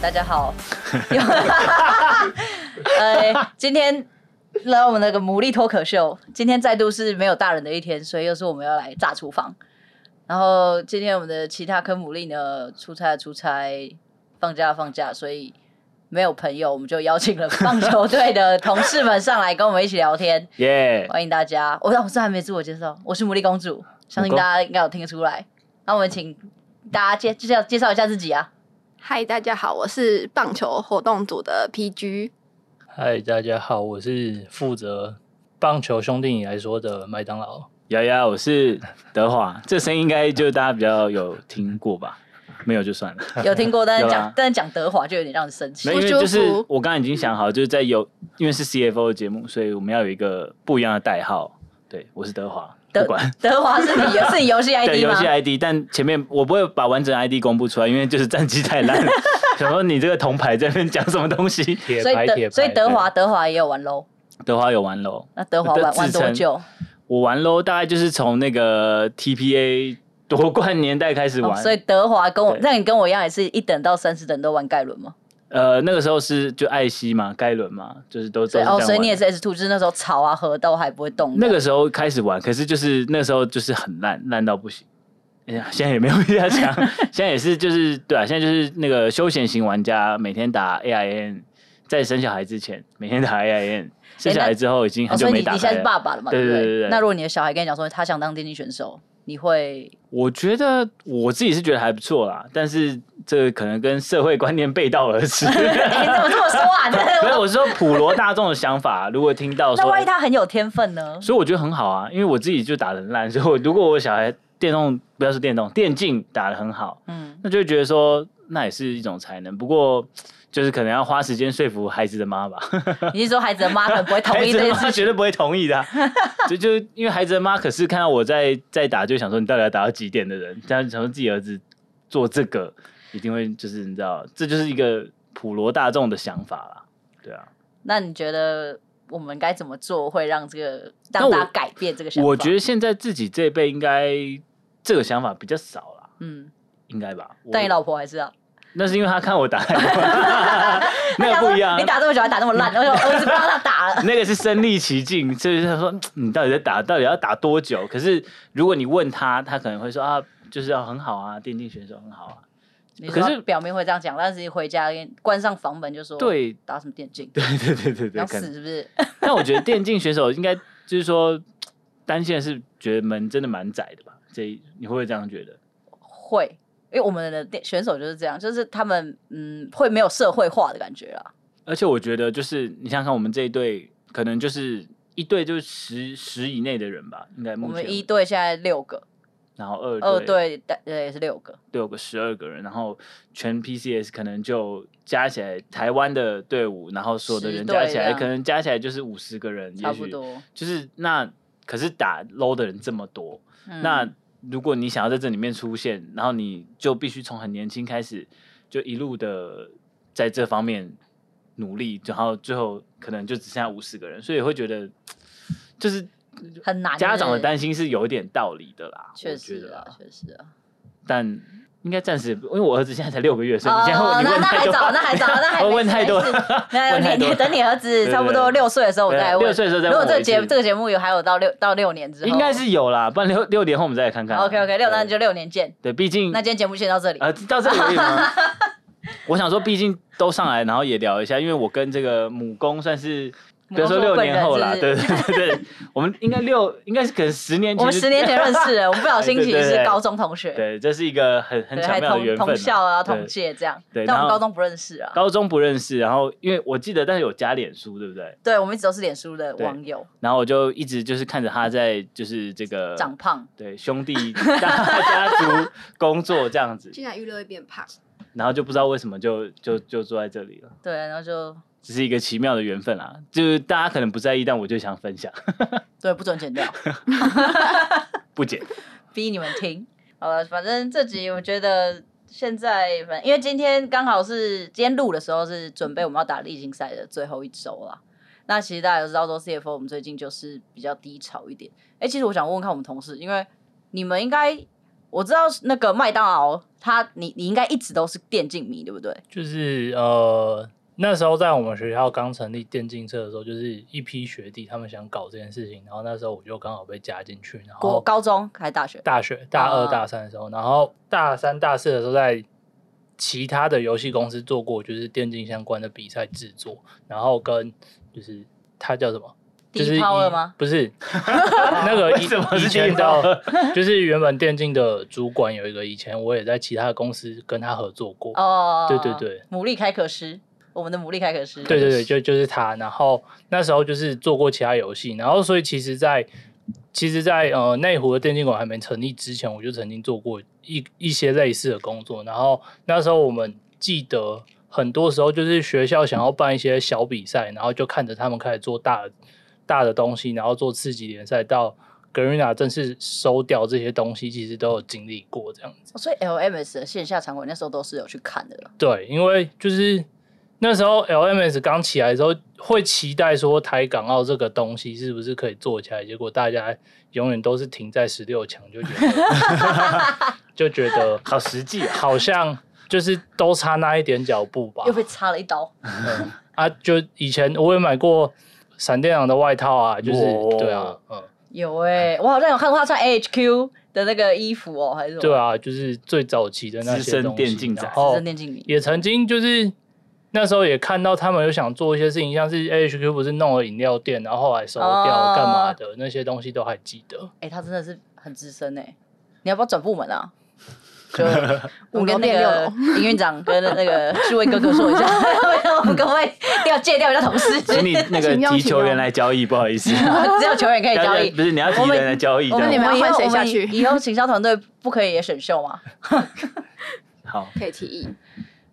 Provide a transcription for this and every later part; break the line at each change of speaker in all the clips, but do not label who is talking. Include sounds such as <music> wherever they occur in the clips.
大家好。 <laughs> 呃，今天来我们那个牡蛎脱口秀，今天再度是没有大人的一天，所以又是我们要来炸厨房。然后今天我们的其他科牡蛎呢，出差的出差，放假的放假，所以没有朋友，我们就邀请了棒球队的同事们上来跟我们一起聊天。
耶、
欢迎大家！我、我这还没自我介绍，我是牡蛎公主，相信大家应该有听得出来。那我们请大家介介绍介绍一下自己啊。
嗨，大家好，我是棒球活动组的 PG。
嗨，大家好，我是负责棒球兄弟你来说的麦当劳。
瑶瑶，我是德华，这声音应该就大家比较有听过吧？没有就算了， <laughs>
有听过，但是
有啊
讲但是讲德华就有点让人生气
没。有，因为
不舒服
就是我刚刚已经想好，就是在有因为是 CFO 的节目，所以我们要有一个不一样的代号。对，我是德华，
德
不管
德华是你是你游戏
<laughs> 对
ID
游
吗
戏？ID，但前面我不会把完整 ID 公布出来，因为就是战绩太
<laughs>
烂，想说你这个铜牌在那边讲什么东西？
铁
所以
牌，铁
德
牌，
所以德华德华也有玩 LO，
德华有玩喽，
那德华玩
自称
玩多久？
我玩喽，大概就是从那个 TPA 夺冠年代开始玩，
哦所以德华跟我，
对
那你跟我一样也是一等到三十等都玩盖伦吗？
呃，那个时候是就艾希嘛，盖伦嘛，就是都
所以
都是这样
哦，所以
玩
你也
的
是 S two，就是那时候草啊河都还不会动的。
那个时候开始玩，可是就是那时候就是很烂，烂到不行。哎呀，现在也没有比
<laughs>
较强，现在也是就是对啊，现在就是那个休闲型玩家，每天打 A I N，在生小孩之前每天打 A I N，生小孩之后已经
哎哦，
很
所
久
以你
没打
你现
开
在是
了。
爸爸了嘛？
对
不
对对对对
那如果你的小孩跟你讲说他想当电竞选手，你会
我觉得我自己是觉得还不错啦，但是这可能跟社会观念背道而
<laughs>
驰。
哎，你怎么这么说啊？
<laughs> 没有，
那
我是说普罗大众的想法，啊如果听到
<laughs> 那
说
万一他很有天分呢？
所以我觉得很好啊，因为我自己就打的很烂，所 <laughs> 以我如果我小孩电动不要说电动电竞打的很好，
嗯，
那就会觉得说那也是一种才能。不过就是可能要花时间说服孩子的
<laughs>
妈吧，
你是说孩子的妈可啊能不会同
孩
意
子
这
的
件
妈
事
绝
情？
对不会同意
<laughs>
的啊、就就因为孩子的妈可是看到我在在打，就想说你到底要打到几点的人，这样想说自己儿子做这个一定会就是你知道，这就是一个普罗大众的想法啦，对啊。
那你觉得我们该怎么做会让这个让
我
大家改变这个想法？
我觉得现在自己这一辈应该这个想法比较少啦，
嗯，
应该吧？我
但你老婆还是啊，
那是因为他看我打
<laughs>
太多， <laughs> 那
她
个
说
不一样啊
你。打这么久还打那么
<laughs>
烂，然后儿子不让他打了。
那个是身临其境，就是他说嗯你到底在打，到底要打多久？可是如果你问他，他可能会说啊，就是要很好啊，电竞选手很好啊。
你说
可是
表面会这样讲，但是一回家关上房门就说，
对
打什么电竞，
对 <laughs> 对对对对，
要
可
死
能。
是不是？ <laughs>
但我觉得电竞选手应该就是说，单线是觉得门真的蛮窄的吧？这一你会不会这样觉得？
会，因为我们的电选手就是这样，就是他们嗯会没有社会化的感觉啦。
而且我觉得，就是你想想看，我们这一队可能就是一队就是十十以内的人吧，应该
我
目前
们一队现在六个，
然后二
二队大呃也是六个，
六个十二个人，然后全 PCS 可能就加起来台湾的队伍，然后所有的
十
人
队
加起
这
来
样
可能加起来就是五十个人，
差
也
不
许
多。
就是那可是打 low 的人这么多，
嗯
那如果你想要在这里面出现，然后你就必须从很年轻开始，就一路的在这方面努力，然后最后可能就只剩下五十个人，所以会觉得就是
很难
家长
是不
的
是
担心是有一点道理的啦，
确
我觉
实
得
啊
啦，
确实啊。
但。应该暂时，因为我儿子现在才六个月，所以你现在
哦
问你
那
问
那
太
还
多
早，那还早，那还
<laughs> 我
没
问
事
太多
没事
了
没有
问太
你
多
你
了
等你儿子
对
差不多
对
六岁的时候，我
对
再来问。
六岁的时候再
如果
问
这
我
个
一
节
次
这个节目有还有到六到六年之后，
应该是有啦，不然六六年后我们再来看看啊。
OK OK 六，那
对
就六年见。
对，毕竟
那今天节目先到这里。
呃，到这里可
<laughs>
以吗？我想说，毕竟都上来，然后也聊一下，因为我跟这个母公算是，
母
比如
公
说
是我
六
本人
年后啦，
是不
对对对对，我们应该六，应该是可能十年前就，
我们十年前认识的，我们不小心
对
其
对
实
对
是高中同学。
<laughs> 对，这是一个很很
对，
巧
还
妙的
同
缘分啊。
同校啊，
对
同届这样。
对
但我们
然后
高中不认识啊。
高中不认识，然后因为我记得，但是有加脸书，对不对？
对，我们一直都是脸书的
对
网友，
然后我就一直就是看着他在就是这个
长胖。
对兄弟大家族工作这样子，
竟然娱乐会变胖，
然后就不知道为什么就就就坐在这里了，
对，然后就
只是一个奇妙的缘分啦。就是大家可能不在意，但我就想分享。
对，不准剪掉，
不解。
逼你们听。好了，反正这集我觉得现在，反因为今天刚好是今天录的时候是准备我们要打例行赛的最后一周啦。那其实大家都知道说 CFO 我们最近就是比较低潮一点。哎、其实我想问问看我们同事，因为你们应该。我知道那个麦当劳，它你你应该一直都是电竞迷，对不对？
就是呃，那时候在我们学校刚成立电竞社的时候，就是一批学弟他们想搞这件事情，然后那时候我就刚好被加进去，然
国
后
高中还是大学？
哦大学大
啊
二、大三的时候，然后大三、大四的时候在其他的游戏公司做过，就是电竞相关的比赛制作，然后跟就是它叫什么？就是
Deep Power
以
吗？
不是，那个
为
以
什么是
以前
Deep
的，就是原本电竞的主管有一个，以前我也在其他的公司跟他合作过。
哦，
对对对，
牡蛎开可师，我们的牡蛎开可师，
对对对，就就是他。然后那时候就是做过其他游戏，然后所以其实在，其实在，呃内湖的电竞馆还没成立之前，我就曾经做过一一些类似的工作。然后那时候我们记得，很多时候就是学校想要办一些小比赛，然后就看着他们开始做大大的东西，然后做次级联赛到。格瑞娜正式收掉这些东西，其实都有经历过这样子。
哦所以 LMS 的线下场馆那时候都是有去看的了。
对，因为就是那时候 LMS 刚起来的时候，会期待说台港澳这个东西是不是可以做起来，结果大家永远都是停在十六强，就觉得
<laughs>
就觉得
好实际啊！
好像就是都差那一点脚步吧
又。被插了一刀，
嗯啊，就以前我也买过闪电狼的外套啊，就是
哇
对啊，嗯，
有哎、我好像有看过他穿 AHQ 的那个衣服哦，还是什么
对，啊，就是最早期的那
资
些
深
东西，
电竞仔
然
资
后
深电竞迷。
也曾经就是那时候也看到他们有想做一些事情，像是 HQ 不是弄了饮料店，然后后来收
哦
掉干嘛的、那些东西都还记得。
哎、他真的是很资深哎、你要不要转部门啊？就我
五
跟那
楼变六
个
楼
营运长跟那个智慧哥哥说一下，我们可不可以要借调一下同事？
请你那个
请用
提
请
球员
用
来交易，不好意思，
只有球员可以交易
要，不是你要提
我们
人来交易
我
这
们
你
样。
们要
以后
换谁
我们
下去
以后行销团队不可以也选秀吗？
好，
可以提议。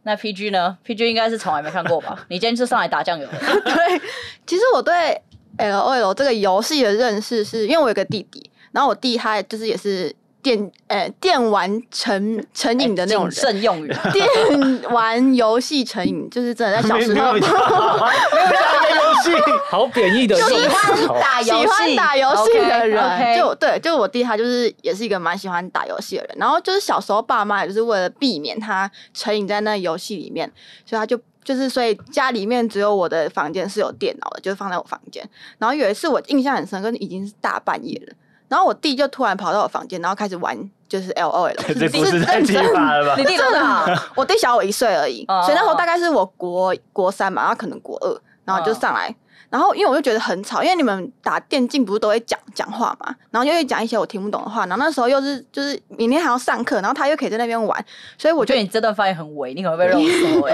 那 PG 呢？PG 应该是从来没看过吧？你今天是上来打酱油的，
<laughs> 对，其实我对 L O L 这个游戏的认识是，因为我有个弟弟，然后我弟他就是也是电呃电玩成成瘾的那种
谨
人，
慎用语，
电玩游戏成瘾，就是真的在小时候
没有比较好，没有比较 <laughs> 好的游戏。
好贬义的用
喜
词
欢
哦，
打
喜
游戏，
欢打游戏的人
OK，OK
就对，就我弟他就是也是一个蛮喜欢打游戏的人，然后就是小时候爸妈也就是为了避免他成瘾在那游戏里面，所以他就就是所以家里面只有我的房间是有电脑的，就是放在我房间。然后有一次我印象很深刻，已经是大半夜了，然后我弟就突然跑到我房间，然后开始玩就是 L O L，
这故事太奇葩了吧
你？弟多大？
我弟小我一岁而已，
哦
所以那时候大概是我国国三嘛，然后可能国二，然
哦
后就上来。然后，因为我就觉得很吵，因为你们打电竞不是都会讲讲话嘛，然后又会讲一些我听不懂的话，然后那时候又是就是明天还要上课，然后他又可以在那边玩，所以我
我
就
觉得你这段发言很伪，你可能会被肉搜哎。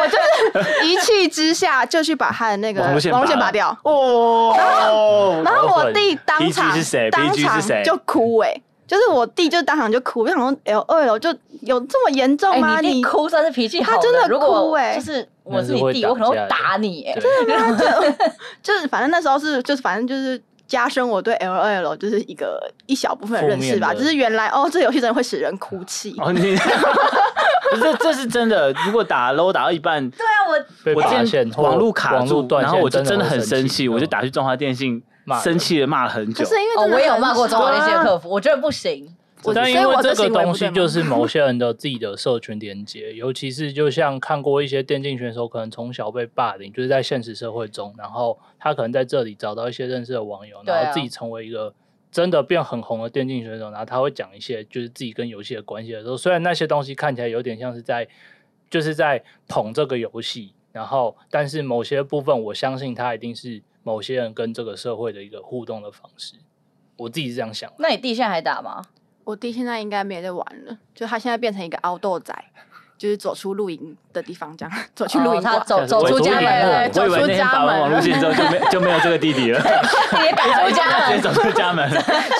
我就
<laughs>
是一气之下就去把他的那个
网络线拔
网络线拔掉，
哦，
然后我弟当场
PG 是谁
当
PG
场
是谁
就哭哎、就是我弟就当场就哭，我想说 L 二楼就有这么严重吗？
哎你弟哭算是脾气好
他真的
如果
哭欸
就是我是
那是
你
会
弟，
打
我可能会
架的
打你哎。
对
就是反正那时候是就是反正就是加深我对 L L 就是一个一小部分的认识吧，
负面的
只是原来哦这游戏真的会使人哭泣，
<laughs> 哦，你不是这是真的。如果打 low 打到一半，
对啊，我
被
我
发现
见网路卡
网路
住，
断
然
线，
后我就真的
的会
很生气，
气，
我就
嗯
打去中华电信
骂，人
生气的骂了很久
不。是因为
哦，
真的
我也有
很啊
骂过中华电信的客服，我觉得不行。
我
但因
所以
为
我
这
的
个
行为不
东
对
西
吗
就是某些人的自己的社群连接，尤其是就像看过一些电竞选手，可能从小被霸凌，就是在现实社会中，然后他可能在这里找到一些认识的网友，
对啊
然后自己成为一个真的变很红的电竞选手，然后他会讲一些就是自己跟游戏的关系的时候，虽然那些东西看起来有点像是在就是在捧这个游戏，然后但是某些部分我相信他一定是某些人跟这个社会的一个互动的方式，我自己是这样想。
那你弟现在还打吗？
我弟现在应该没在玩了，就他现在变成一个凹豆仔。就是走出露营的地方，这样走去露
哦
营过、
他走走
我
出
以为
家门， <laughs>
对
我以为
走出
那天
家
打完
门
网路线之后就没 <laughs> 就没有这个弟弟了，
<laughs>
你也赶出家
直接
门。
走出家门。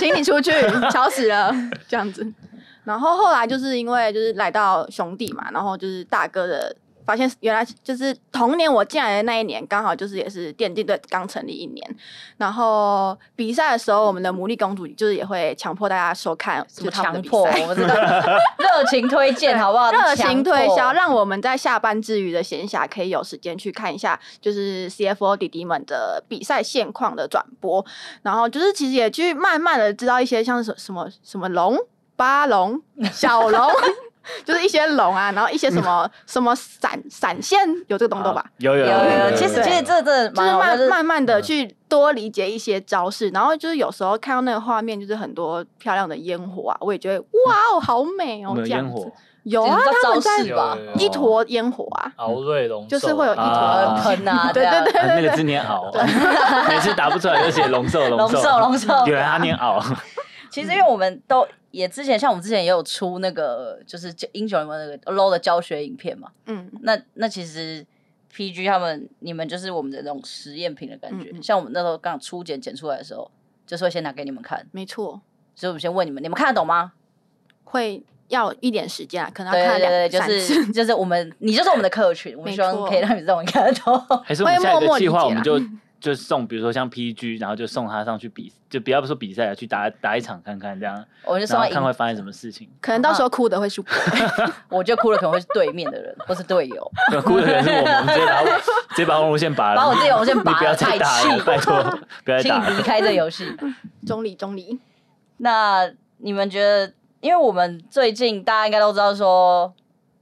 请你 <laughs> 出去，吵死了，这样子。然后后来就是因为就是来到兄弟嘛，然后就是大哥的发现，原来就是同年我进来的那一年，刚好就是也是电竞队刚成立一年。然后比赛的时候，我们的牡蛎公主就是也会强迫大家收看，
什
就
么
他们
强
的比
迫？
赛。
我知
<laughs>
道，热情推荐好不好？
热情推销，
强迫
让我们在下班之余的闲暇可以有时间去看一下，就是 CFO 弟弟们的比赛现况的转播，然后就是其实也去慢慢的知道一些像什什么什么龙。巴龙、小龙，就是一些龙啊，然后一些什么什么闪闪现，有这个东东吧？
有有
有有有，其实
对
其实这这
就
啊蛮
是
好玩
慢
的，
慢慢的去多理解一些招式，然后就是有时候看到那个画面，就是很多漂亮的烟火啊，我也觉得哇哦，好美哦，
有
这样
烟
子
火，
有啊，
这
他们
叫招
在
式吧
有，有有
一坨烟火啊，
嗯
敖瑞龙
就是
兽
会有一坨
啊
呃喷哦啊，
对
这样
对对
啊那个字念
<laughs>
袄，每次打不出来就写龙嗯兽
龙
兽
兽龙兽，
原来他念
<laughs>
袄，
其实因为我们都也之前像我们之前也有出那个就是英雄联盟那个 low 的教学影片嘛，
嗯，
那那其实 PG 他们你们就是我们的那种实验品的感觉，
嗯嗯
像我们那时候刚初剪剪出来的时候，就是会先拿给你们看，
没错，
所以我们先问你们，你们看得懂吗？
会要一点时间啊，可能要
对
看
对对，
两
就
三次，
是就是我们你就是我们的客群，我们
没
希望
错
可以让你这种看得懂。 <laughs>
还是我们下一
会默
个
默理
计
解
划，
啦
我们就就送，比如说像 PG，然后就送他上去比，就不要说比赛了，去打打一场看看，这样，
我们就
然
送
后
到
看会
赢，
发生什么事情。 <laughs>
可能到
嗯
时候哭的会是我，
我就哭了，可能会是对面的人或是队
<laughs>
友，
哭的人是我们，我们直接把
<laughs>
直接把红龙线拔了，
把我自己红线拔了
<laughs> 你不要再打
太
了，
气
拜托，不要再
请
打
<laughs> 你离
了。
开这游戏。
中立中立，
那你们觉得，因为我们最近大家应该都知道说，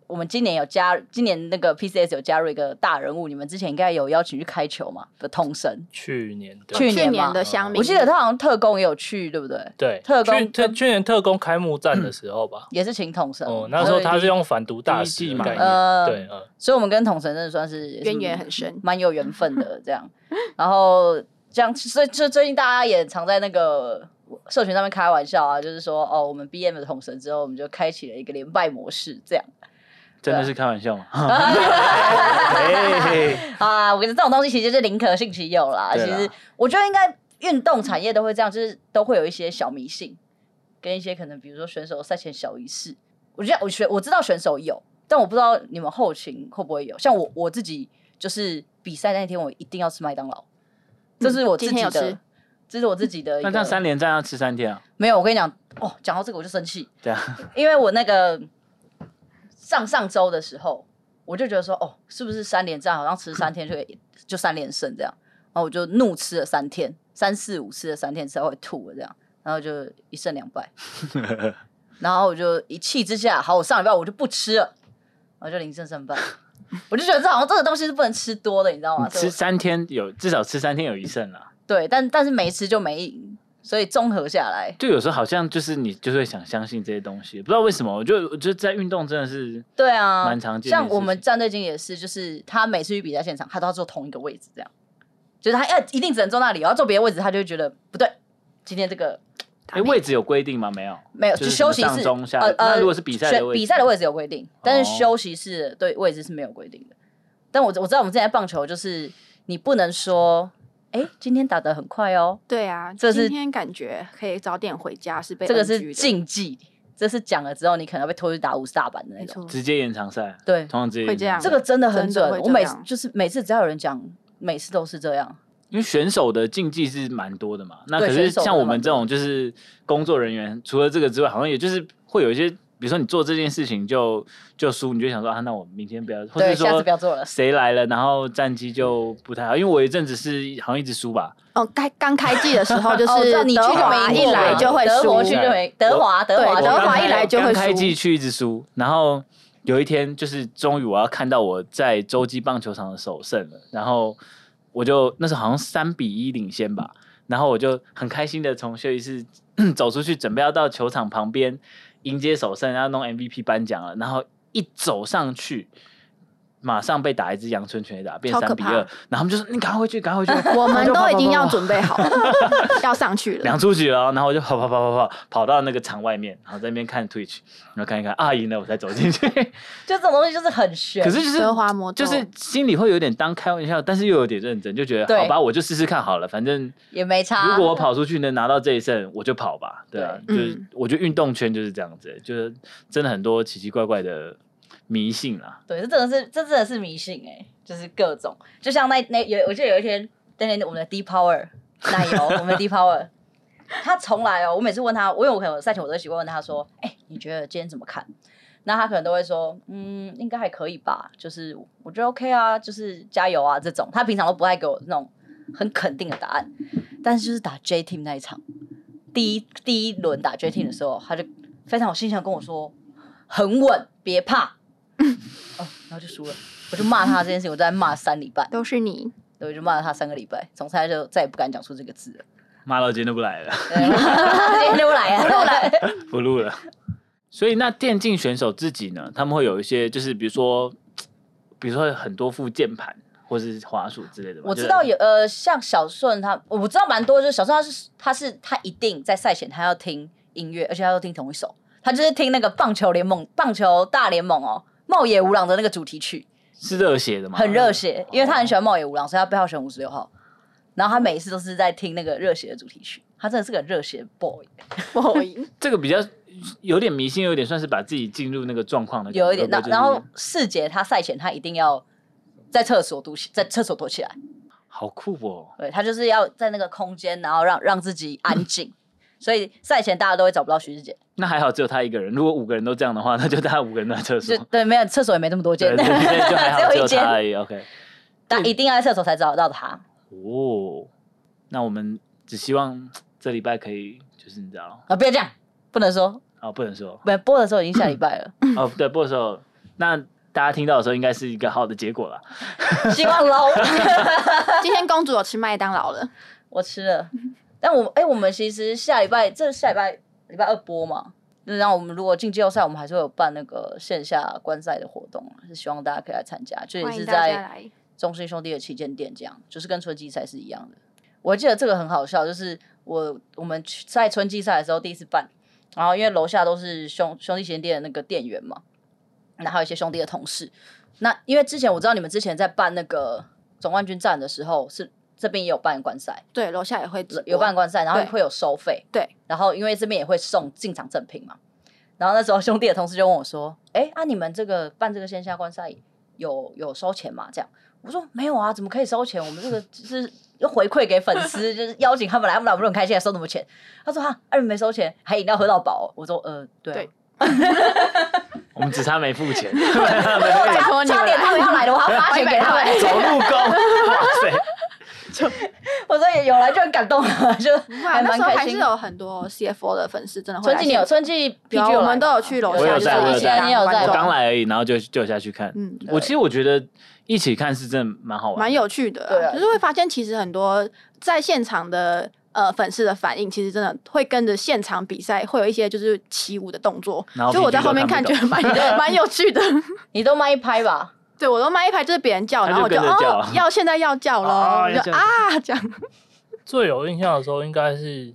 我们今年有加，今年那个 PCS 有加入一个大人物，你们之前应该有邀请去开球嘛的通神，
去年的
去
去
年
年
嘛嗯
的乡民，
我记得他好像特工也有去，对不对？
对
特工
去
特
特
呃
去年特工开幕战的时候吧，
也是请统神
哦，那时候他是
所以
用反毒大
第一
师
季
的
嘛
概念，
呃，
对，嗯，
所以我们跟统神真的算是也是
渊源很深，
蛮有缘分的这样。 <laughs> 然后这样，所以就最近大家也常在那个社群上面开玩笑啊，就是说哦，我们 BM 的统神之后，我们就开启了一个连败模式这样。
真的是开玩
<laughs>
笑吗？哎
啊，我跟你这种东西其实就是宁可信其有啦。其
对啦
实我觉得应该运动产业都会这样，就是都会有一些小迷信，跟一些可能比如说选手赛前小仪式。我觉得我选我知道选手有，但我不知道你们后勤会不会有。像我我自己就是比赛那天我一定要吃麦当劳，这是我自己
今天有
的
吃，
这是我自己的一
那这样三
个。
连战要吃三天啊？
没有，我跟你讲哦，讲到这个我就生气，<laughs>
对啊，
因为我那个上上周的时候，我就觉得说，哦，是不是三连战好像吃三天就可以就三连胜这样？然后我就怒吃了三天，三四五吃了三天，才会吐了这样，然后就一胜两败，然后我就一气之下，好，我上礼拜我就不吃了，然后就零胜三败，我就觉得这好像这个东西是不能吃多的，你知道吗？
你吃
所以我
三天有至少吃三天有一胜啦。
对，但但是没吃就没赢，所以综合下来，
就有时候好像就是你就是会想相信这些东西，不知道为什么，我就我觉得在运动真的是
对啊，
蛮常见的
像
事
我们
情
战队经理也是，就是他每次去比赛现场，他都要坐同一个位置，这样，就是他要一定只能坐那里，然后坐别的位置，他就会觉得不对，今天这个
哎、位置有规定吗？没有，
没有，
就
就是休息
什么
室
上中下
呃呃，
那如果是比赛的
选
位置
比赛的位置有规定，但是
哦
休息室对位置是没有规定的。但我我知道我们之前在棒球就是你不能说，哎，今天打得很快哦，
对啊，
这是
今天感觉可以早点回家是被
这个
NG
是
的
禁忌，这是讲了之后你可能要被拖去打五十大板的那
没
种。
错，
直接延长赛，
对，
通常直接
会
延
这
长
样
赛
这个真的很
啊真的
准。
会
我
这
每次
样
就是每次只要有人讲，每次都是这样。
因为选手的竞技是蛮多的嘛，那
对
可
选
是
手
像我们
真
这
的蛮
种就是工作人员，除了这个之外，好像也就是会有一些，比如说你做这件事情就就输，你就想说啊，那我明天不要，或
对下
者
次
说
不要做了
谁来了，然后战绩就不太好，因为我有一阵子是好像一直输吧，
哦，开刚开季的时
<laughs>
候就
哦我知道
是
你去
德
就
华
没
一
赢
来就会
德国去
输，
就没德华德华
对
就
德
会
华
刚
一来就会
刚
输
开季去一直输，然后有一天就是终于我要看到我在洲际棒球场的首胜了，然后我就那时候好像三比一领先吧，然后我就很开心的从休息室 <clears throat> 走出去，准备要到球场旁边迎接首胜，要弄 MVP 颁奖了，然后一走上去。马上被打一支阳春拳打，变
超
三
可
比
怕
二，然后他们就说：“你赶快回去，赶快
<laughs>
回去。”
<laughs>
我们
就
都
跑
已经
跑
要
跑
准备好了，要上去了
两。出局了哦，然后我就跑跑跑跑跑跑到那个场外面，然后在那边看 Twitch，然后看一看啊赢了，我才走进去。
就这种东西就是很悬。
可是就是
奢华魔咒
就是心里会有点当开玩笑，但是又有点认真，就觉得
对
好吧，我就试试看好了，反正
也没差。
如果我跑出去能拿到这一胜，我就跑吧，对啊，
对
就是
嗯
我觉得运动圈就是这样子，就是真的很多奇奇怪怪的迷信啦。
对，这真的是这真的是迷信哎、就是各种，就像那那有我记得有一天那天我们的 D Power 奶油，我们的 D Power，他从来哦，我每次问他，我因为我可能赛前我都习惯问他说，哎、你觉得今天怎么看？那他可能都会说，嗯，应该还可以吧，就是我觉得 OK 啊，就是加油啊这种。他平常都不爱给我那种很肯定的答案，但是就是打 J Team 那一场，第一第一轮打 J Team 的时候，他就非常有心想跟我说很稳，别怕， <laughs> 哦，然后就输了，我就骂他这件事情，我在骂三礼拜，
都是你，
对，我就骂了他三个礼拜，从此他就再也不敢讲出这个字了。 <laughs>
骂到今天都不来了，
对 <laughs> 今天又来了，又来，
不录了。所以那电竞选手自己呢，他们会有一些，就是比如说，比如说很多副键盘或是滑鼠之类的吗。
<laughs> 我
就
知
是
道有呃，像小顺他，我知道蛮多，就是小顺他是他是他一定在赛前他要听音乐，而且他要听同一首，他就是听那个棒球联盟、棒球大联盟哦，茂野无郎的那个主题曲，
是热血的嘛，
很热血，因为他很喜欢茂野无郎，所以他背号选五十六号。然后他每一次都是在听那个热血的主题曲，他真的是个热血 boy，
我赢。
这个比较有点迷信，有点算是把自己进入那个状况的感觉，
有一点。
会
那
不会
然
就是
后世杰他赛前他一定要在厕所读起，在厕所躲起来，
好酷哦，
对他就是要在那个空间，然后让让自己
嗯
安静。所以赛前大家都会找不到徐师姐，
那还好只有他一个人，如果五个人都这样的话，那就大家五个人都在厕所
就，对，没有厕所也没那么多间，
对对对，就还
<laughs>
好只
只有一
有他
间，
而已。OK，
但一定要在厕所才找得到他。
哦，那我们只希望这礼拜可以，就是你知道，
啊，不要这样，不能说，
哦，不能说
没播的时候已经下礼拜
<laughs>
了，
哦，对，播的时候，那大家听到的时候应该是一个好的结果了。
希望喽。
今天公主有吃麦当劳了，
<laughs> 我吃了，但我哎、我们其实下礼拜这下礼拜礼拜二播嘛，就是让我们如果进季后赛，我们还是会有办那个线下观赛的活动，啊是希望大家可以来参加，这也
欢
是
迎大家
在
来。
中信兄弟的旗舰店，这样就是跟春季赛是一样的。我记得这个很好笑，就是我我们去在春季赛的时候第一次办，然后因为楼下都是兄兄弟旗舰店的那个店员嘛，然后还有一些兄弟的同事。那因为之前我知道你们之前在办那个总冠军战的时候，是这边也有办观赛，
对，楼下也会直播
有办观赛，然后
对
会有收费，
对，
然后因为这边也会送进场赠品嘛，然后那时候兄弟的同事就问我说：“哎，啊你们这个办这个线下观赛有有收钱吗？”这样我说：“没有啊，怎么可以收钱？我们这个只是 <laughs> 要回馈给粉丝，就是邀请他们来，他们来我们很开心，还收什么钱？”他说：“哈，啊你们没收钱，还饮料喝到饱哦、我说：“呃，对、啊。
对
我们只差没付
<laughs>
钱，
拜托你们
差点他们要来的，我还要发钱给他们。
走路工，哇塞！
我说也有来就很感动了，就
哇，
还
啊那
蛮
时候
开
还
心
是。有很多 CFO 的粉丝真的会
春
来
季
现
你有
场。
春季 PG
有
来吗，
我们都有去楼
我
下，
有
就是
在我有
一起
在
你有在
我
观
刚
众，
来而已，然后就就下去看。
嗯，
我其实我觉得一起看是真的蛮好玩的，
蛮有趣的
对
啊、
啊
就是会发现其实很多在现场的呃粉丝的反应，其实真的会跟着现场比赛会有一些就是起舞的动作
然后，
就我在后面看
平
觉
均
得
<laughs>
蛮蛮有趣的。
你都卖一拍吧。
对我都卖一排，就是别人叫，
他就
然后我就
跟着叫
哦要现在要叫
哦
了，我
要
就
叫
啊这样。
最有印象的时候应该是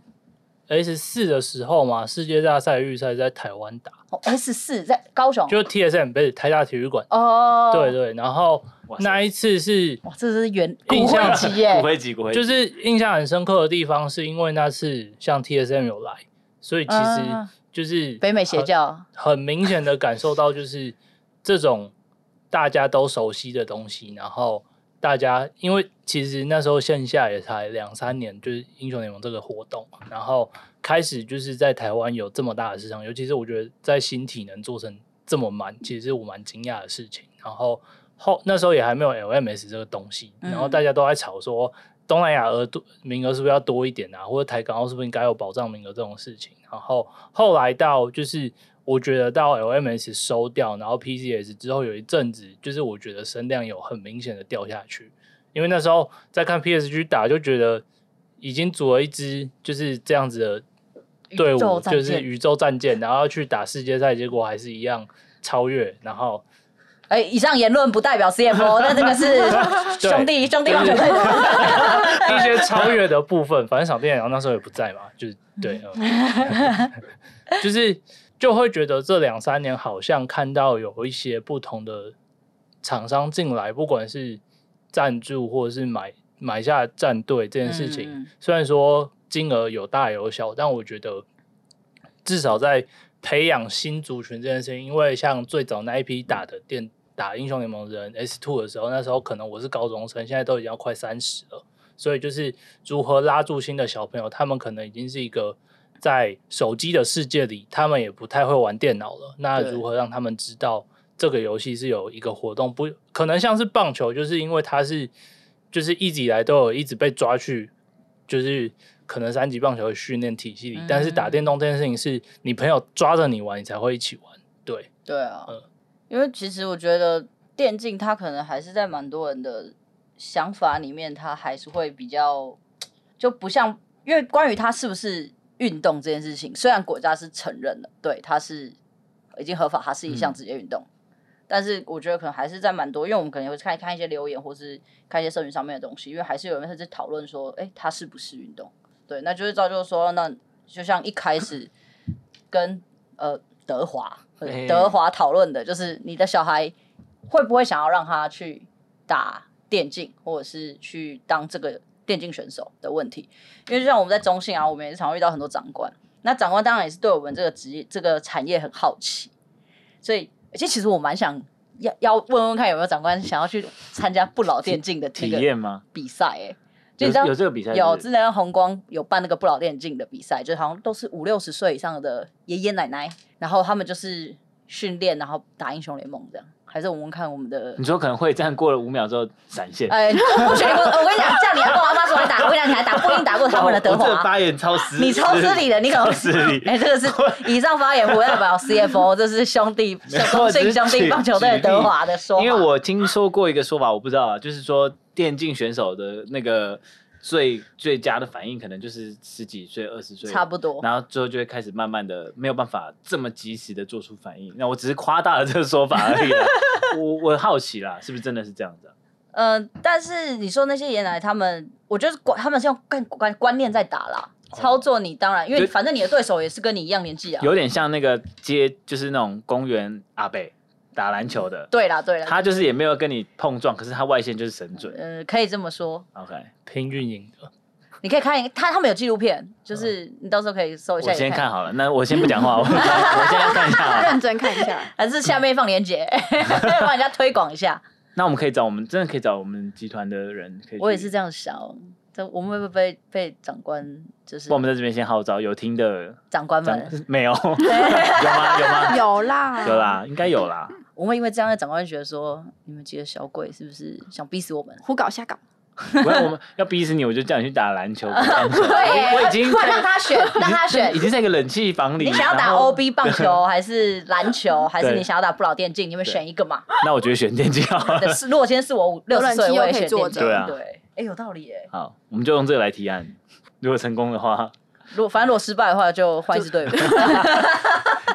S 四的时候嘛，世界大赛预赛在台湾打，
哦，S 四在高雄，
就是 TSM 被台大体育馆。
哦，
对，对，然后
哇塞
那一次是
哇，这是原骨
印象
灰级耶
骨，
<laughs>
灰级，骨灰级
就是印象很深刻的地方，是因为那次像 TSM 有来，所以其实
啊
就是呃
北美邪
很
教，
很明显的感受到，就是这种大家都熟悉的东西，然后大家因为其实那时候线下也才两三年，就是英雄联盟这个活动，然后开始就是在台湾有这么大的市场，尤其是我觉得在新体能做成这么满，其实是我蛮惊讶的事情。然后后那时候也还没有 LMS 这个东西，
嗯
然后大家都在吵说。东南亚额度名额是不是要多一点啊？或者台港澳是不是应该有保障名额这种事情？然后后来到就是我觉得到 LMS 收掉，然后 PCS 之后有一阵子，就是我觉得声量有很明显的掉下去，因为那时候在看 PSG 打，就觉得已经组了一支就是这样子的队
宇宙
伍，
战
就是
舰
宇宙战舰，然后要去打世界赛，结果还是一样超越，然后
哎，以上言论不代表 CFO，但这个是
<laughs> 对
兄弟兄弟棒球队，
一些超越的部分，反正小店然后那时候也不在嘛，就是对，嗯 <laughs> 就是就会觉得这两三年好像看到有一些不同的厂商进来，不管是赞助或者是买买下战队这件事情，
嗯嗯
虽然说金额有大有小，但我觉得至少在培养新族群这件事情，因为像最早那一批打的电打英雄联盟的人 S two 的时候，那时候可能我是高中生，现在都已经要快三十了，所以就是如何拉住新的小朋友，他们可能已经是一个。在手机的世界里，他们也不太会玩电脑了。那
对
如何让他们知道这个游戏是有一个活动，不可能像是棒球，就是因为它是就是一直以来都有一直被抓去，就是可能三级棒球的训练体系里，
嗯
但是打电动这件事情是你朋友抓着你玩，你才会一起玩。对，
对啊，
嗯
因为其实我觉得电竞它可能还是在蛮多人的想法里面，它还是会比较就不像，因为关于它是不是运动这件事情，虽然国家是承认了，对它是已经合法，它是一项职业运动。但是我觉得可能还是在蛮多，因为我们可能会看看一些留言，或是看一些社群上面的东西，因为还是有人会在讨论说，哎、它是不是运动？对，那就是造就说，那就像一开始跟呃德华呃
哎
德华讨论的，就是你的小孩会不会想要让他去打电竞，或者是去当这个电竞选手的问题。因为就像我们在中信啊，我们也常会遇到很多长官，那长官当然也是对我们这个职业、这个产业很好奇，所以而且其实我蛮想要要问问看有没有长官想要去参加不老电竞的这
体
个
验吗？
比赛、欸，哎。就
有
你知道
有这个比赛是不
有
是
之前红光有办那个不老电竞的比赛，就好像都是五六十岁以上的爷爷奶奶，然后他们就是训练，然后打英雄联盟这样。还是我们看我们的
你，说可能会战过了五秒之后闪现，
<laughs> 哎、 <laughs> 不许你跟我，我跟你讲，叫你阿公阿妈说你打，我跟你讲，你还打不赢打过他们的德
我这
华
个，发言超失，
你超失礼的，你可能
超 <laughs> 失礼。
哎、这个是以上发言不代表 CFO，这是兄弟中信兄弟棒球队德华的说法。
因为我听说过一个说法，我不知道啊，就是说电竞选手的那个最最佳的反应，可能就是十几岁、二十岁，
差不多，
然后最后就会开始慢慢的没有办法这么及时的做出反应。那我只是夸大了这个说法而已啦。我我好奇啦，是不是真的是这样子啊、
嗯，但是你说那些爷奶奶他们，我觉得是管他们是用观观观念在打啦。操作你当然，因为
就
反正你的对手也是跟你一样年纪啊。
哦有点像那个街，就是那种公园阿贝打篮球的，
对啦，对啦，
他就是也没有跟你碰撞，可是他外线就是神准。
呃，可以这么说。
OK，
拼运赢的，
你可以看一他他们有纪录片，就是你到时候可以搜一下。。
嗯我先，看好了，那我先不讲话，我 <laughs> 我先看一下好了。
认真看一下
<laughs>
还是下面放链接， <laughs> 帮人家推广一下。
那我们可以找我们真的可以找我们集团的人，可以。
我也是这
样。
样想，这我们会不会被被长官就是
我们在这边先号召有听的，
长官
咱
们？啊
没
<laughs>
有有吗？有吗？
有啦，
有，啦，应该有啦。
我们因为这样的长官就觉得说，你们几个小鬼是不是想逼死我们？
胡搞瞎搞，
不 <laughs> 然我们要逼死你，我就叫你去打篮球。
对，
我已经
快让他选， <laughs> 让他选
已。经在一个冷气房里。
你想要打
然后 <laughs>
OB 棒球还是篮球，还是
对
你想要打不老电竞？你们
对
选一个嘛。
那我觉得选电竞
<laughs>
好了。
但是如果今天是我
<laughs>
五六十岁，
有冷
我也
气又可以
选
坐
电
着
竞。
对啊
对，哎，有道理耶。
好，我们就用这个来提案。如果成功的话， <laughs>
如果反正如果失败的话，就换一支队伍。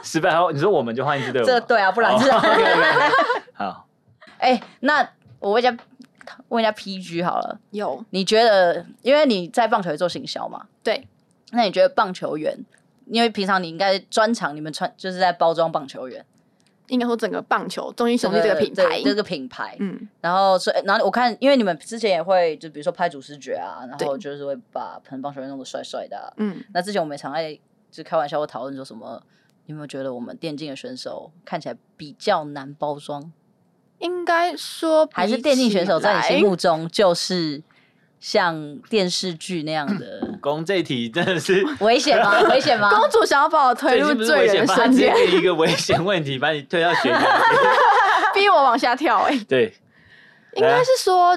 失败后你说我们就换一支队伍哦吗。
这对啊，不然是 <laughs>
好 OK，OK，OK 好，
哎，那我问一下，问一下 PG 好了。
有
你觉得，因为你在棒球也做行销嘛，
对，
那你觉得棒球员，因为平常你应该专场，你们穿就是在包装棒球员
应该说整个棒球中英雄队这个品牌
这，这个品牌。
嗯，
然后所以，然后我看，因为你们之前也会就比如说拍主视觉啊，然后就是会把可能棒球员弄得帅帅的啊、
嗯，
那之前我们也常在就开玩笑或讨论说什么，你有没有觉得我们电竞的选手看起来比较难包装，
应该说
还是电竞选手在你心
目。
目中就是像电视剧那样
<laughs>
的
公这一题真的是
危险吗？危险吗？
<laughs> 公主想要把我推
这已
入
经不是
罪
危
人
险
的
吧，他
深
直接
渊，
给你一个危险问题，把你推到悬崖边。
<laughs> 逼我往下跳、
<laughs>
哎，
对，
应
哎
该是说，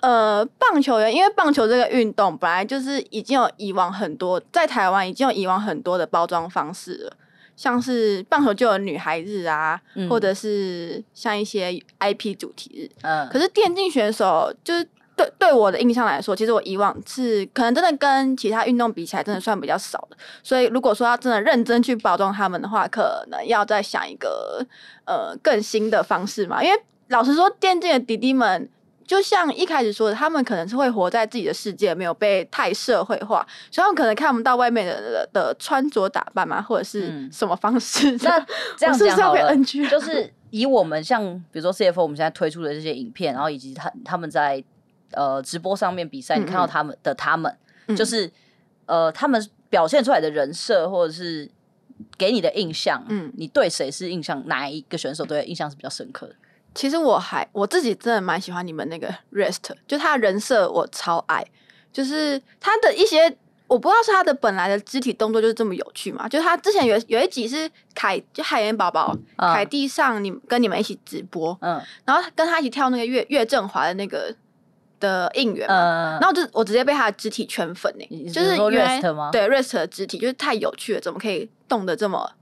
呃，棒球员，因为棒球这个运动本来就是已经有以往很多在台湾已经有以往很多的包装方式了，像是棒球就有女孩日啊，
嗯
或者是像一些 IP 主题日，
嗯，
可是电竞选手就是对对我的印象来说，其实我以往是可能真的跟其他运动比起来，真的算比较少的。所以如果说要真的认真去包装他们的话，可能要再想一个呃更新的方式嘛。因为老实说，电竞的弟弟们。就像一开始说的，他们可能是会活在自己的世界，没有被太社会化，所以他们可能看不到外面的的的穿着打扮嘛，或者是
嗯
什么方式。
<laughs> 那这样
我是不
讲
是要
好
被
了，
NG？啊
就是以我们像比如说 CFO 我们现在推出的这些影片，然后以及他他们在呃直播上面比赛，
嗯
你看到他们的他们，
<laughs> 嗯
就是呃他们表现出来的人设或者是给你的印象，嗯
嗯，
你对谁是印象，哪一个选手对印象是比较深刻的？
其实我还我自己真的蛮喜欢你们那个 Rest，就他人设我超爱，就是他的一些我不知道是他的本来的肢体动作就是这么有趣嘛，就是他之前有有一集是凯就海绵宝宝
嗯
凯蒂上你跟你们一起直播，
嗯，
然后跟他一起跳那个岳岳振华的那个的应援嘛，
呃
然，后就我直接被他的肢体圈粉呢、
你
就是
你说
因为
Rest 吗
对 rest 的肢体就是太有趣了，怎么可以动的这么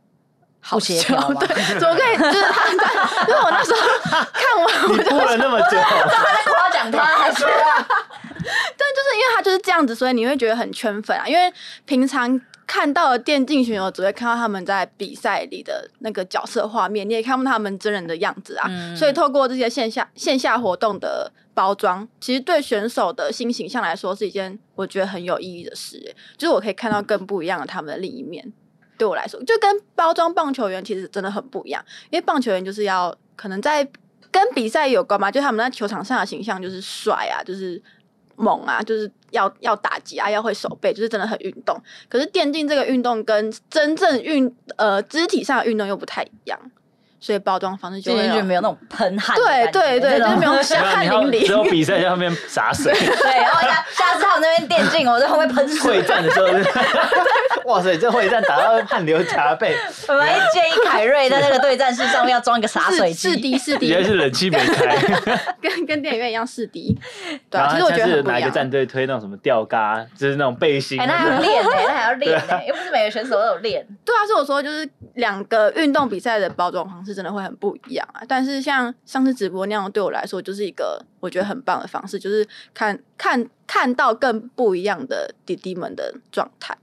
好
不协
笑？ <laughs>
调吗 <laughs>
对，怎么可以？就是他，他 <laughs> 因为我那时候看完，我
你
就
哭了那么久，
他在夸奖他还是？
啊但就是因为他就是这样子，所以你会觉得很圈粉啊。因为平常看到的电竞选手只会看到他们在比赛里的那个角色画面，你也看不到他们真人的样子啊。
嗯
<laughs> 所以透过这些线下线下活动的包装，其实对选手的新形象来说是一件我觉得很有意义的事、欸就是我可以看到更不一样的他们的另一面。对我来说，就跟包装棒球员其实真的很不一样，因为棒球员就是要可能在跟比赛有关嘛，就他们在球场上的形象就是帅啊，就是猛啊，就是要要打击啊，要会手背，就是真的很运动。可是电竞这个运动跟真正运呃肢体上的运动又不太一样，所以包装方式就
今
会
天就
有
没有那种喷汗的感
啊对
觉，
对
这
对，就是
种
没有
没
像
有
汗
你要
淋
<laughs> 只有
漓。
比赛在后面洒水，
对，然后下下次他们那边电竞，我在后面喷水
会。战的时候是，哇塞，这会战打到汗流浃背，
我们还建议凯瑞在那个对战室上面要装一个洒水
是
机。
低是低
原，来是冷气没开。
跟跟电影院一样是低。对、
然
啊，
后
其实我觉
下
得
次
很不一
哪一个
样。
战队推那种什么吊嘎，就是那种背心啊
哎、，那还要练呢、那还要练呢、又不是每个选手都有练。
对啊，所以我说就是两个运动比赛的包装方式真的会很不一样啊。但是像上次直播那样，对我来说就是一个我觉得很棒的方式，就是看看看到更不一样的弟弟们的状态。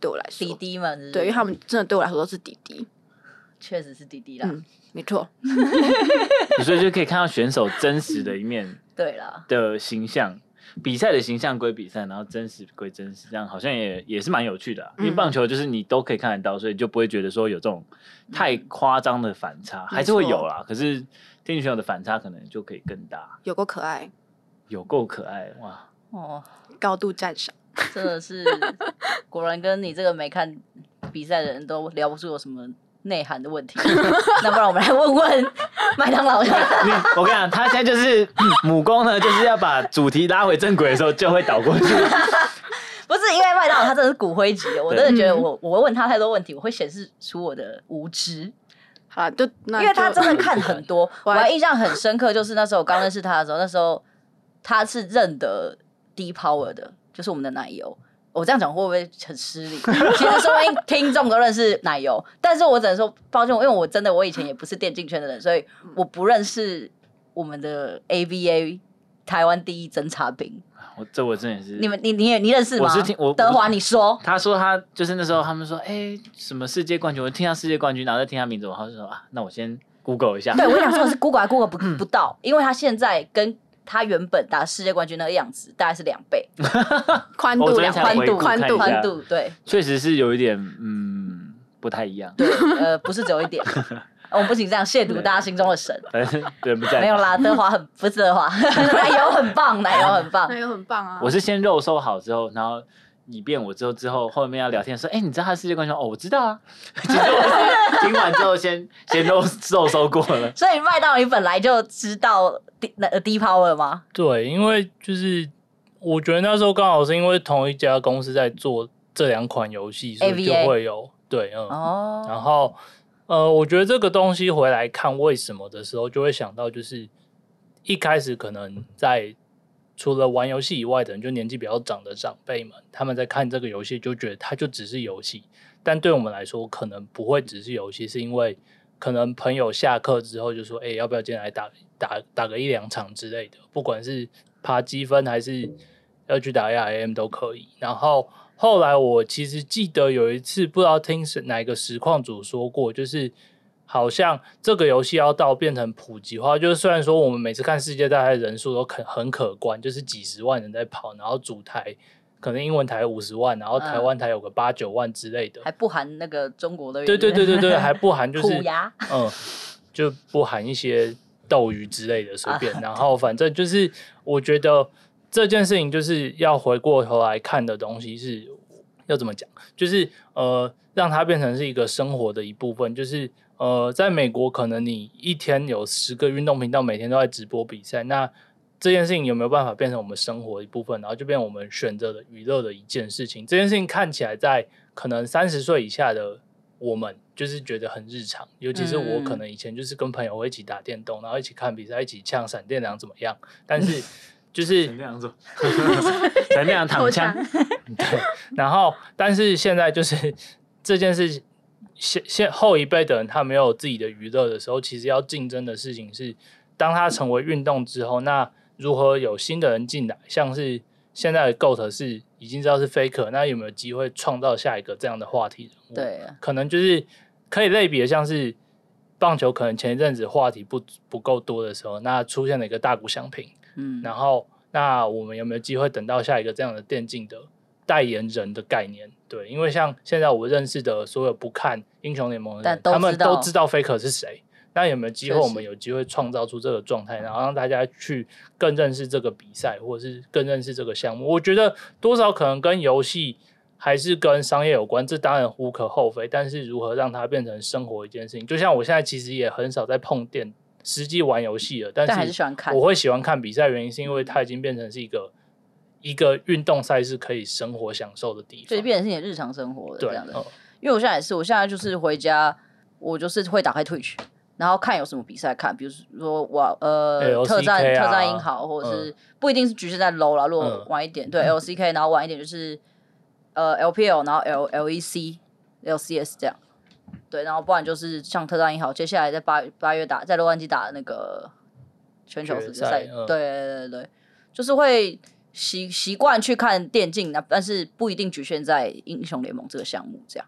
对我来说，
弟弟们是不是
对，因为他们真的对我来说都是弟弟。
确实是弟弟啦。
嗯，没错。
<laughs> 所以就可以看到选手真实的一面
对啦，
的形象。比赛的形象归比赛，然后真实归真实，这样好像也也是蛮有趣的啊、
嗯
因为棒球就是你都可以看得到，所以就不会觉得说有这种太夸张的反差，还是会有啦。可是电竞选手的反差可能就可以更大，
有够可爱，
有够可爱哇！
哦，
高度赞赏。
真的是，果然跟你这个没看比赛的人都聊不出有什么内涵的问
<laughs>
题。那不然我们来问问麦当劳。 <laughs>
你我跟你讲，他现在就是 <clears throat> 母公呢，就是要把主题拉回正轨的时候，就会倒过去。 <laughs>
不是因为麦当劳，他真的是骨灰级的。我真的觉得我我问他太多问题，我会显示出我的无知，
好啦，就
因
因
为他真的看很多。我
<laughs> 我还
还印象很深刻，就是那时候我刚认识他的时候，那时候他是认得 D Power 的，就是我们的奶油。我这样讲会不会很失礼？其实说不定听众都认识奶油，但是我只能说抱歉，因为我真的我以前也不是电竞圈的人，所以我不认识我们的 AVA 台湾第一侦察兵。
我这我真的是
你们你你也你认识吗？
我是听我
德华，你
<laughs>
说。
他说他就是那时候他们说，哎、什么世界冠军？我听他世界冠军，然后再听他名字，然后就说啊，那我先 Google 一下。
对，我跟你讲说的是 Google 还 Google
<laughs>
不不到，因为他现在跟他原本打世界冠军那个样子大概是两倍
宽
我
度
昨
两
天才
宽
回
度
顾
宽
看一
度
下
宽度，对
确实是有一点，嗯，不太一样。
对，呃，不是只有一
<laughs>
点。我们不仅这样亵渎大家心中的神，
反正人不
<laughs>
在。
没有。啦，德华很不是德
<laughs>
华，奶油很棒，奶油很棒
那，个很棒啊！
我是先肉搜好之后，然后以便我之后之后后面要聊天说，哎、你知道他世界冠军吗？哦，我知道 <laughs> 啊。其实我是听完之后先先肉肉搜过了。
所以麦当劳你本来就知道低呃低 power 吗？
对，因为就是我觉得那时候刚好是因为同一家公司在做这两款游戏，所以就
AVA
会有对，嗯，然
哦，
后呃，我觉得这个东西回来看为什么的时候，就会想到就是一开始可能在除了玩游戏以外的人，就年纪比较长的长辈们，他们在看这个游戏就觉得它就只是游戏，但对我们来说可能不会只是游戏，是因为可能朋友下课之后就说：“哎、要不要进来打打打个一两场之类的？”不管是爬积分还是要去打 A I M 都可以。然后后来我其实记得有一次，不知道听是哪一个实况组说过，就是好像这个游戏要到变成普及化，就是虽然说我们每次看世界大赛人数都很很可观，就是几十万人在跑，然后主台可能英文台五十万，然后台湾台有个八九万之类的。
还不含那个中国的元素，
对对对对对，
<laughs>
还不含就是
虎牙，
嗯，就不含一些斗鱼之类的，随便。
啊
然后反正就是，我觉得这件事情就是要回过头来看的东西是要怎么讲，就是呃，让它变成是一个生活的一部分。就是呃，在美国，可能你一天有十个运动频道，每天都在直播比赛，那。这件事情有没有办法变成我们生活的一部分，然后就变成我们选择的娱乐的一件事情？这件事情看起来在可能三十岁以下的我们，就是觉得很日常。尤其是我
嗯
可能以前就是跟朋友会一起打电动，然后一起看比赛，一起呛闪电狼怎么样？但是。就是
陈 <laughs> 亮做，陈亮躺枪，
然后，但是现在就是 <laughs> 这件事情，现现后一辈的人他没有自己的娱乐的时候，其实要竞争的事情是，当他成为运动之后，那如何有新的人进来？像是现在的 GOAT 是已经知道是 Faker，那有没有机会创造下一个这样的话题人物？，
对啊，
可能就是可以类比的，像是棒球，可能前一阵子话题不不够多的时候，那出现了一个大谷翔平。
嗯，
然后，那我们有没有机会等到下一个这样的电竞的代言人的概念？对，因为像现在我认识的所有不看英雄联盟的
但
人，
都
他们
知道
都知道 Faker 是谁。那有没有机会
确
我
实
们有机会创造出这个状态，然后让大家去更认识这个比赛，或者是更认识这个项目？我觉得多少可能跟游戏还是跟商业有关，这当然无可厚非。但是如何让它变成生活一件事情，就像我现在其实也很少在碰电实际玩游戏了，但是
但还是喜欢看
我会喜欢看比赛，原因是因为它已经变成是一个一个运动赛事可以生活享受的地方。
就是变成是你的日常生活的
对
这样的。
嗯
因为我现在也是，我现在就是回家，我就是会打开 Twitch，然后看有什么比赛看，比如说我呃、
LCK
特战
啊
特战英豪，或者是、不一定是局限在 low 啦，如果
嗯
晚一点，对 LCK，然后晚一点就是呃 LPL，然后 L E LEC、LCS 这样。对，然后不然就是像特战英豪，接下来在八八月打在洛杉矶打的那个全球世界赛，
决赛嗯
对对对对，就是会习习惯去看电竞，那但是不一定局限在英雄联盟这个项目这样。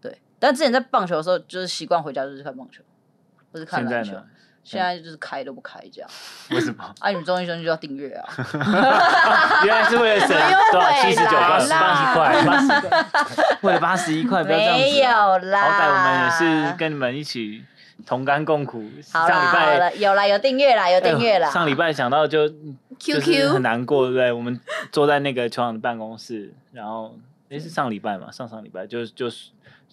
对，但之前在棒球的时候，就是习惯回家就是看棒球，或是看
现在
篮球。
呢？嗯
现在就是开都不开这样，
<laughs> 为什么？
啊，你们综艺兄弟就要订阅啊，
<laughs> 原来是为了省多少七十九块、八十块、八十块， <laughs> 为了八十一 <laughs> 块，不要这样子。
没有啦，
好歹我们也是跟你们一起同甘共苦。
好
上
啦
礼
好
拜
了，有啦有订阅啦有订阅啦，
哎呦上礼拜想到就就
QQ
是很难过，对不对？我们坐在那个球场的办公室，然后那是上礼拜嘛，上上礼拜就就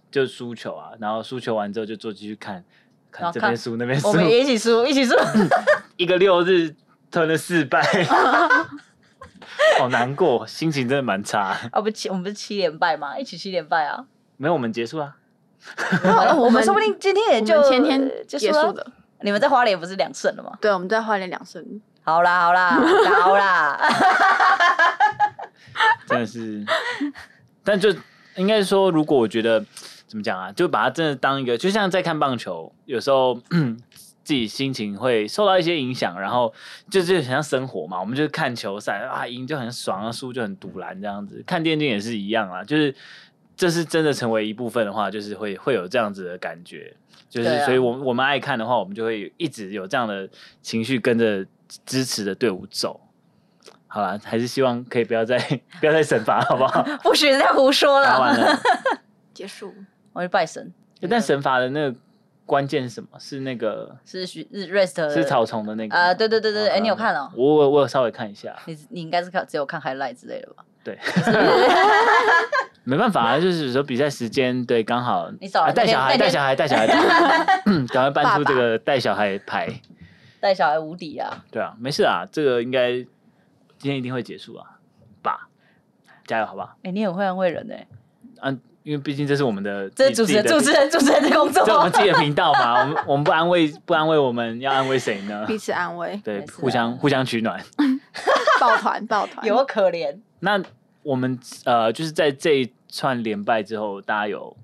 就输球啊，然后输球完之后就坐进去看，
然
看
后
这
看
边输那边输
我，们也一起输一起输，
<laughs> 一个六日吞了四
<laughs>
败，好难过，心情真的蛮差。
啊不七我们不是七连败吗？一起七连败啊，
没有，我们结束啊。
好哦了，我
我
们
们
说不定今天也
我
就
们前天
就
结
说
束的，
你们在花莲不是两胜了吗？
对，我们在花莲两胜，
好啦好啦好 <laughs> 啦，
真的是，但就应该说，如果我觉得怎么讲啊，就把它真的当一个，就像在看棒球，有
<clears throat>
时候自己心情会受到一些影响，然后就是很像生活嘛，我们就是看球赛啊，赢就很爽啊，输就很堵然这样子。看电竞也是一样啊，就是这是真的成为一部分的话，就是会会有这样子的感觉。就是，
对啊
所以我们我们爱看的话，我们就会一直有这样的情绪跟着支持的队伍走。好啦，还是希望可以不要再 <laughs> 不要再惩罚，好不好？
不许再胡说
<laughs> 打完
了， <laughs>
了，
结束。
我去拜神，
欸但惩罚的那个关键是什么？是那个
是许日 rest 的
是草丛的那个
啊，呃对对对对，哎，你有看哦？
我我我有稍微看一下，
你你应该是看只有看 highlight 之类的吧？
对，没办法
<laughs>
啊，就是有时候比赛时间对刚好，
你少来
啊带小孩
那
带
天
小孩
<laughs>
带小孩， <clears throat> 带小孩赶快搬出这个带小孩牌，
带小孩无敌啊！
对啊，没事啊，这个应该今天一定会结束啊，爸，加油好不好？
哎，你很会安慰人哎，
嗯，因为毕竟这是我们的
这是
自
主持人
自己
主
的
持人主持人的工作
这是我们自己的频道嘛，我们我们不安慰不安慰我们要安慰谁
<laughs>
呢？，
彼此安慰 <laughs>
对
没，事啊
互相互相取暖。
抱团抱团。
有可怜。
那我们呃，就是在这一串连败之后，大家有，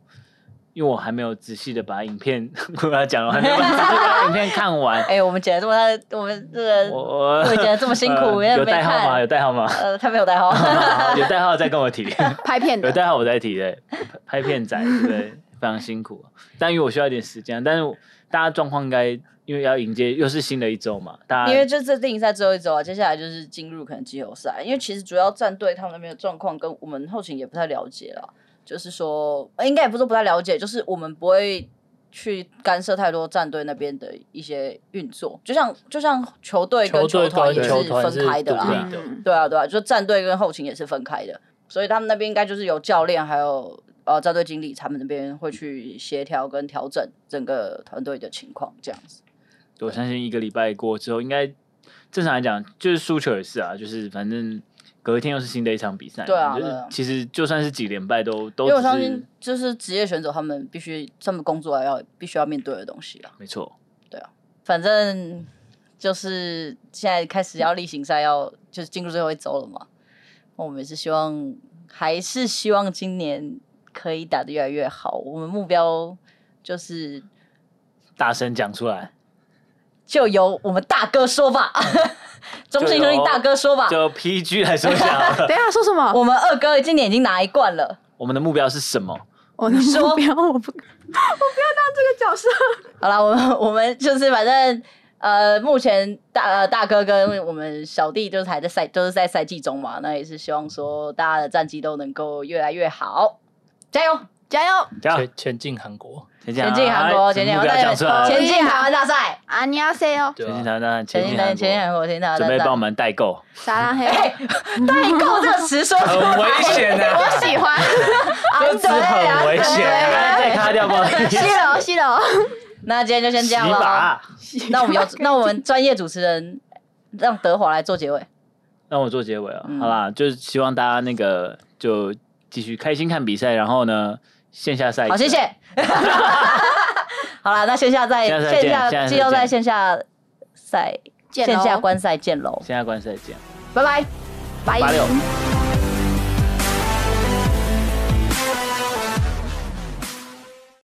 因为我还没有仔细的把影片， <laughs> 我要讲了，我还没有仔细地把影片
<laughs>
看完。
哎，我们剪了这么大，我们这个
我
我剪得这么辛苦
呃
我也
有
没
代号吗？
看
有代号吗？ <laughs>
呃，他没有代号，
好有代号再跟我提， <laughs>
拍片
有
的，
代号我再提的，拍片仔对不对？非常辛苦，但因为我需要一点时间，但是大家状况应该因为要迎接又是新的一周嘛，大家
因为就这定赛最后一周啊，接下来就是进入可能季后赛，因为其实主要战队他们那边的状况跟我们后勤也不太了解了，就是说呃应该也不是说不太了解，就是我们不会去干涉太多战队那边的一些运作，就像就像球队跟
球
球
队
团
跟
也
球团
分
是
开的啦，
独立的，
嗯，
对啊，对啊，就战队跟后勤也是分开的，所以他们那边应该就是有教练还有呃战队经理，他们那边会去协调跟调整整个团队的情况这样子。
我相信一个礼拜过之后，应该正常来讲，就是输球也是啊，就是反正隔一天又是新的一场比赛嘛，
对啊
就是
对啊
其实就算是几连败都都
因为我
只
相
是
信，就是职业选手他们必须他们工作要必须要面对的东西啦。
没错，
反正就是现在开始要例行赛要就是进入最后一周了嘛，那我们也是希望还是希望今年可以打得越来越好。我们目标就是
大声讲出来，
就由我们大哥说
<laughs>
吧，中信兄弟大哥说吧。
就 PG 来说一
<laughs>
下好了，
等一下说什么？
我们二哥今年已经拿一冠了，
我们的目标是什么？
我的
你说
目标我 <laughs> 不，我不要当这个角色。
好啦，我们 <laughs> 我们就是反正呃，目前大、呃、大哥跟我们小弟就是还在赛，都、是在赛季中嘛。那也是希望说大家的战绩都能够越来越好，加油！
<laughs> 加油！
加油
前前进韩国，
前进
前进韩国，前进
目
韩
标讲
国，
出来，
前进台湾大赛，
啊，你要 say 哦，
对
前进
啊，
台湾，前
前进
进
台
韩国
前进韩国，前进台湾大
准
赛。
备帮我们代购，
<laughs> 撒浪嘿，
哎，代购这个词说出来
<laughs> 很危险的，
<laughs> 我喜 <laughs> 欢。
这词很危险，
对
赶快再卡掉，不好意
西
思，
楼，西楼，
那今天就先这
洗
样了。
把，啊
<laughs>
那我们有，那我们专业主持人让德华来做结尾。
让我做结尾啊、
嗯
好啦，就是希望大家那个就继续开心看比赛，然后呢，线下赛
好，谢谢。 <laughs> 好啦，那线下再
线
线
下再见
下
线下再见
季后赛线下赛
见
线下
喽，
观赛见喽，
线下观赛见。
拜拜。
拜
八六
拜。